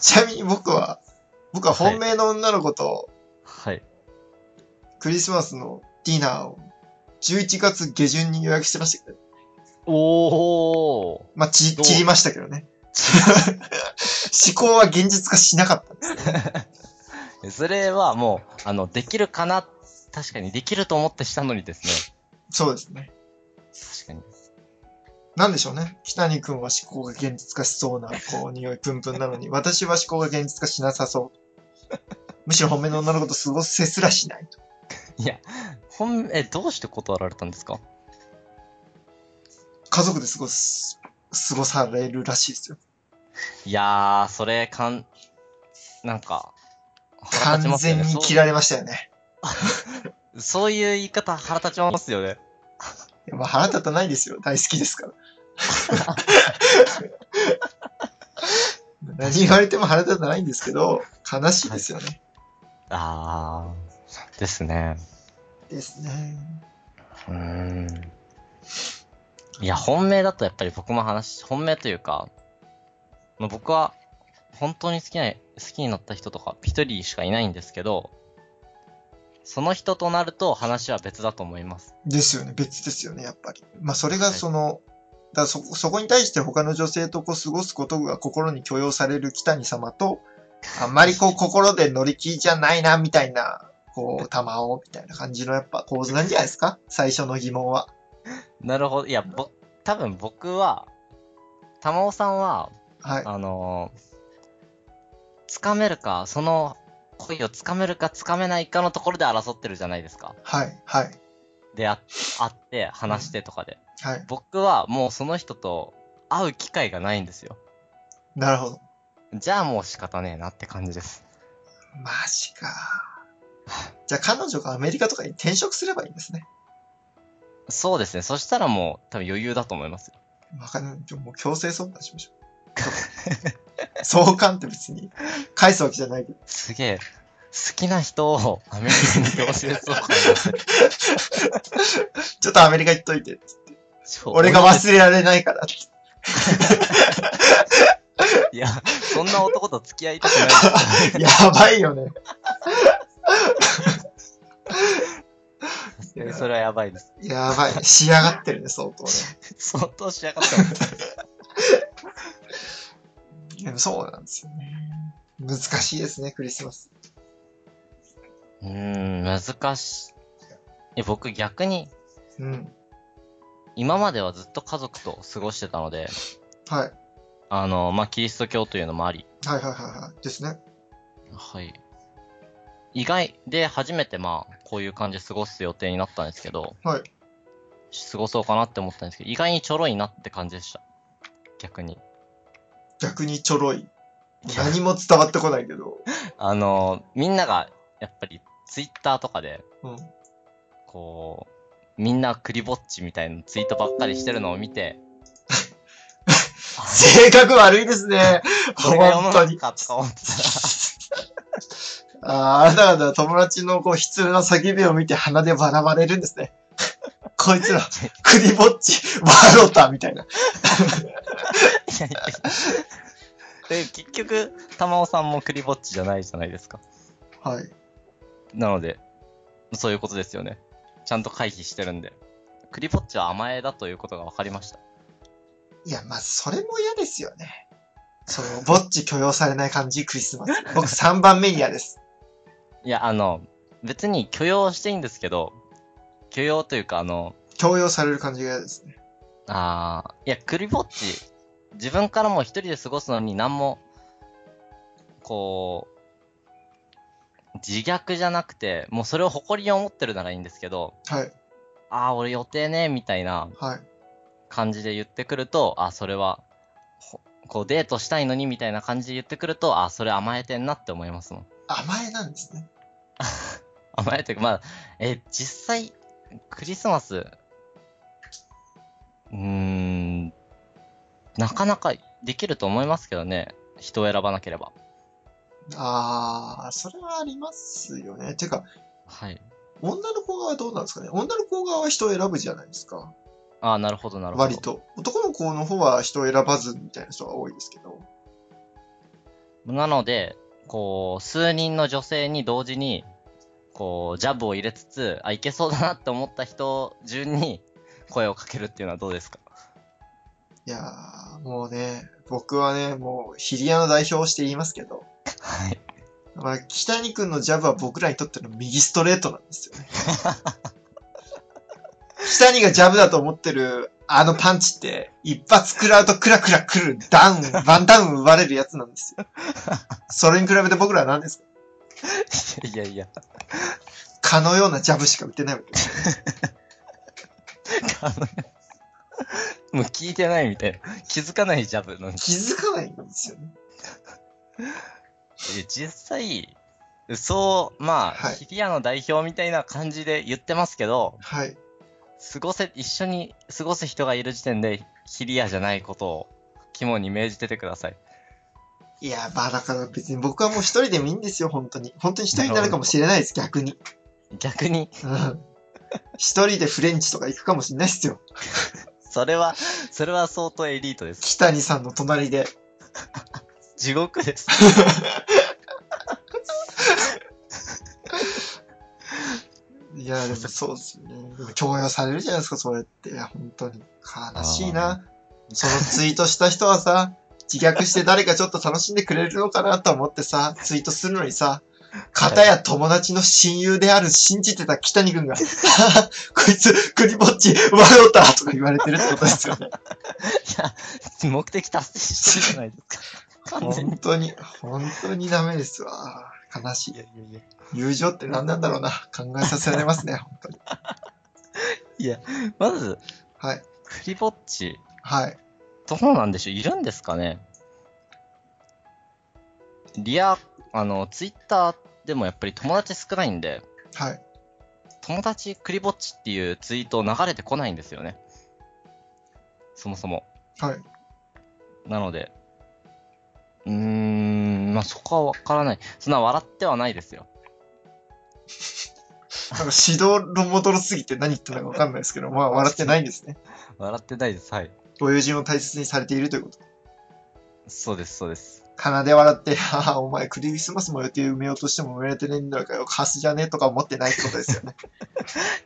ちなみに僕は、僕は本命の女の子とはい。クリスマスのディナーを11月下旬に予約してましたけど、おー。まあ、ち、どう切りましたけどね。 思考は現実化しなかったんですね。それはもう、あの、できるかな、確かにできると思ってしたのにですね。そうですね。確かに。なんでしょうね。北谷くんは思考が現実化しそうな、こう、匂いプンプン なのに、私は思考が現実化しなさそう。むしろ本命の女の子と過ごせすらしないと。いや、ほん、え、どうして断られたんですか家族で過ごす、過ごされるらしいですよ。いやー、それ、かん、なんか、腹完立ちますよ全ね。に切られましたよね。そうそういう言い方腹立ちますよね。いやまあ腹立たないですよ。大好きですから。何言われても腹立たないんですけど、悲しいですよね。あー、ですね。ですね。うーん。いや、本命だとやっぱり僕も話、本命というか、まあ、僕は本当に好きな、好きになった人とか一人しかいないんですけど、その人となると話は別だと思います。ですよね。別ですよね、やっぱり。まあ、それがその、だからそこそこに対して他の女性とこう過ごすことが心に許容される北に様と、あんまりこう心で乗り気じゃないな、みたいな、こう、玉を、みたいな感じのやっぱ構図なんじゃないですか最初の疑問は。なるほど。いや、ぼ、多分僕は、玉尾さんは、はい。あのー、掴めるか、その恋を掴めるか掴めないかのところで争ってるじゃないですか。はい。はい。で、あ、会って、話してとかで。はい。僕はもうその人と会う機会がないんですよ。なるほど。じゃあもう仕方ねえなって感じです。マジか。じゃあ彼女がアメリカとかに転職すればいいんですね。そうですね。そしたらもう多分余裕だと思いますよ。わかんない。じゃあもう強制相談しましょう。相関って別に返すわけじゃないけど。すげえ。好きな人をアメリカに強制送還させる。ちょっとアメリカ行っといて。ちょ 俺が忘れられないからって。いや、そんな男と付き合いたくないです。やばい よね。いやそれはやばいです。やばい。仕上がってるね、相当ね。相当仕上がってます。でもそうなんですよね。難しいですね、クリスマス。うーん、難しい。え、僕逆に、うん。今まではずっと家族と過ごしてたので、はい。あの、まあ、キリスト教というのもあり、はいはいはいはい。ですね。はい。意外で初めてまあ、こういう感じで過ごす予定になったんですけど、はい。過ごそうかなって思ったんですけど、意外にちょろいなって感じでした。逆に。逆にちょろい。何も伝わってこないけど。あの、みんなが、やっぱり、ツイッターとかで、うん。こう、みんなクリぼっちみたいなツイートばっかりしてるのを見 て、あ 性格悪いですね。これが世の本当中 に。かとか思ってあーあなた方友達のこう、悲痛な叫びを見て鼻で笑われるんです ね。こい つら、クリぼっち、笑うた、みたいな。た。いやいやいやで結局、玉尾さんもクリぼっちじゃないじゃないですか。はい。なので、そういうことですよね。ちゃんと回避してるんで。クリぼっちは甘えだということが分かりました。いや、まあ、それも嫌ですよね。その、ぼっち許容されない感じ、クリスマ ス。僕3番目嫌です。いや、あの、別に許容していいんですけど、許容というか、あの、強要される感じが嫌ですね。あーいや、クリぼっち、自分からも一人で過ごすのに何も、こう、自虐じゃなくて、もうそれを誇りに思ってるならいいんですけど、はい、ああ、俺予定ね、みたいな、はい。感じで言ってくると、あ、それは、ほこうデートしたいのにみたいな感じで言ってくると、あ、それ甘えてんなって思いますもん。 甘えなんですね。甘えてまあ、え、実際、クリスマス、うーん、なかなかできると思いますけどね。人を選ばなければ。ああ、それはありますよね。てか、はい。女の子側はどうなんですかね女の子側は人を選ぶじゃないですか。あなるほど、なるほど。割と。男の子の方は人を選ばずみたいな人が多いですけど。なので、こう、数人の女性に同時に、こう、ジャブを入れつつ、あ、いけそうだなって思った人順に声をかけるっていうのはどうですかいやー、もうね、僕はね、もう、ヒリアの代表をして言いますけど、はい。まあ、北谷くんのジャブは僕らにとっての右ストレートなんで すよね。北谷がジャブだと思ってるあのパンチって、一発食らうとクラクラくる、ダウン、ワンダウン奪われるやつなんです よ。それに比べて僕らは何ですかいやいや、蚊のようなジャブしか打てないわけですよ。あの、もう聞いてないみたいな。気づかないジャブの。気づかないんですよね。え実際、そう、まあ、はいヒリアの代表みたいな感じで言ってますけど、はい。過ごせ、一緒に過ごす人がいる時点で、ヒリアじゃないことを肝に銘じててください。いや、まあだから別に僕はもう一人でもいいんですよ、本当に。本当に一人になるかもしれないです、逆に。逆に、うん。一人でフレンチとか行くかもしれないですよ。それは、それは相当エリートです。北谷さんの隣で。地獄です。いや、でもそうですね。でも強要されるじゃないですか、そうやって。いや、本当に。悲しいな。そのツイートした人はさ、自虐して誰かちょっと楽しんでくれるのかなと思ってさ、ツイートするのにさ、片や友達の親友である信じてた北谷くんが、こ いつ、国ぼっち、笑うたとか言われてるってことですよね。いや、目的達成してるじゃないですか。完全に。本当に、本当にダメですわ。悲しいい。やいやいや。友情って何なんだろうな。考えさせられますね、本当に。まず、はい。クリぼっち、はい。どうなんでしょういるんですかねリア、あの、ツイッターでもやっぱり友達少ないんで、はい。友達クリぼっちっていうツイート流れてこないんですよね。そもそも。はい。なので、うーん、まあ、そこはわからない。そんな笑ってはないですよ。なんか指導ロモドロすぎて何言ってるのか分かんないですけど、まあ笑ってないんですね。笑ってないです。はい。ご友人を大切にされているということ。そうです、そうです。鼻で笑って、 ああ、お前クリスマスも予定埋めようとしても埋めれてねえんだからよ、カスじゃねえとか思ってないってことですよね。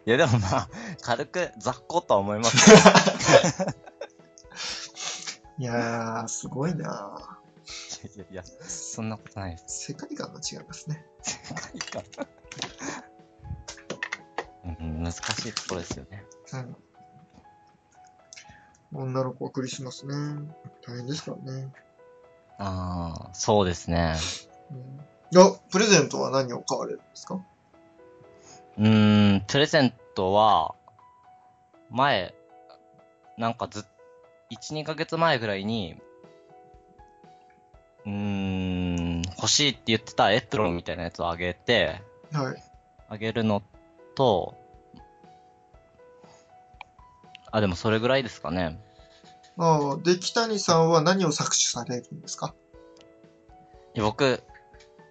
いや、でもまあ、軽く雑魚とは思います けどいやー、すごいなーいやいや、そんなことないです。世界観が違いますね。うん、難しいところですよね。うん。女の子はクリスマスね。大変ですからね。ああ、そうですね。うん、あ、プレゼントは何を買われるんですかうーん、プレゼントは、前、なんかずっ、1、2ヶ月前ぐらいに、うーん、欲しいって言ってたエプロンみたいなやつをあげて、はい。あげるのと、あ、でもそれぐらいですかね。ああ、で、北谷さんは何を搾取されるんですかいや僕、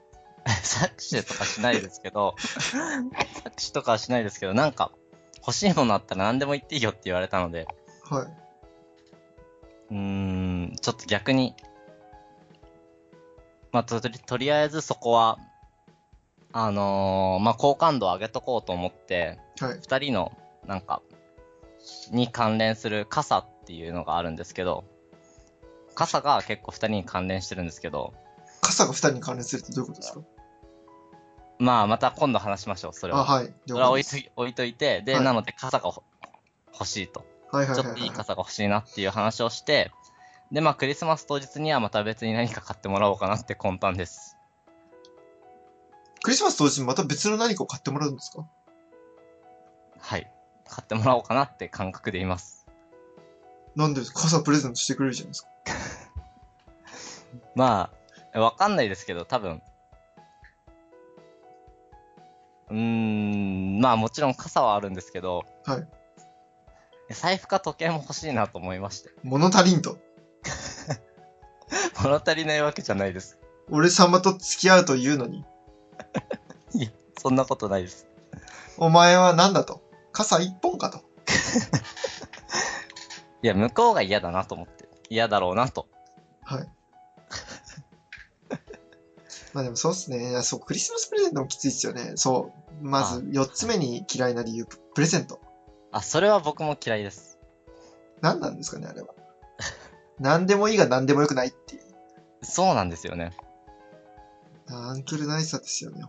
搾取とかしないですけど、搾取とかはしないですけど、なんか、欲しいものあったら何でも言っていいよって言われたので、はい。うーん、ちょっと逆に、まあ、ととりとりあえずそこは、あのーまあ、好感度を上げとこうと思って、はい。二人の、なんか、に関連する傘っていうのがあるんですけど、傘が結構二人に関連してるんですけど、傘が二人に関連するってどういうことですかまあ、また今度話しましょう、それは。あ、はい。それは置い了とい置いといて、で、はいなので傘がほ欲しいと。解ですちょはいはいはいっはとい。いい傘が欲しいなっていう話をして、で、まあクリスマス当日にはまた別に何か買ってもらおうかなって魂胆です。クリスマス当日にまた別の何かを買ってもらうんですかはい。買ってもらおうかなって感覚でいます。なんで傘プレゼントしてくれるじゃないですか。まあ、わかんないですけど、多分。うーん、まあもちろん傘はあるんですけど、はい財布か時計も欲しいなと思いまして。 物足りんと。物足りないわけじゃないです。俺様と付き合うというのに、そんなことないです。お前は何だと。傘一本かと。いや、向こうが嫌だなと思って。嫌だろうなと。はい。まあでもそうっすね。いやそう、クリスマスプレゼントもきついっすよね。そう。まず、4つ目に嫌いな理由、ププレゼント。あ、それは僕も嫌いです。何なんですかね、あれは。何でもいいが何でもよくないっていう。そうなんですよね。アンクルナイサですよね。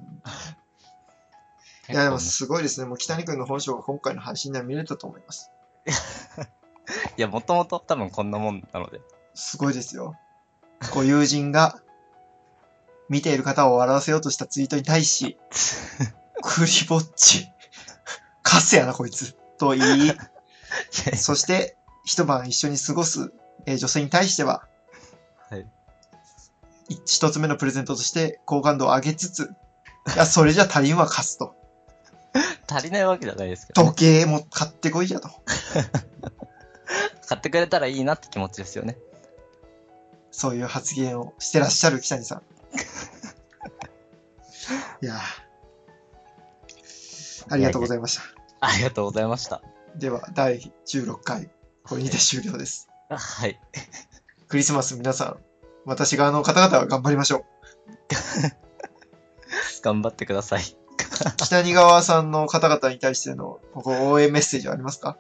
いや、でも結すごいですね。もう北に君の本性が今回の配信では見れたと思います。構ねいや、もともと多分こんなもんなので。 すごいですよ。ご友人が、見ている方を笑わせようとしたツイートに対し、クリぼっち、カスやなこいつ、と言い、そして、一晩一緒に過ごす、えー女性に対しては、はいい一つ目のプレゼントとして好感度を上げつつ、いや、それじゃ足りんわ、貸すと。足りないわけじゃないですけどね、時計も買ってこいやと。買ってくれたらいいなって気持ちですよね。そういう発言をしてらっしゃる北谷 さん。いやーありがとうございました。ありがとうございました。では、第16回、これにて終了です。はい。クリスマス皆さん、私側の方々は頑張りましょう。頑張ってください。 北谷川さんの方々に対してのここ応援メッセージはありますか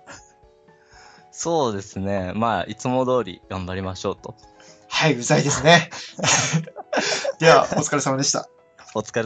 そうですね。まあ、いつも通り頑張りましょうと。 はい、うざいですね。では、お疲れ様でした。お疲れ様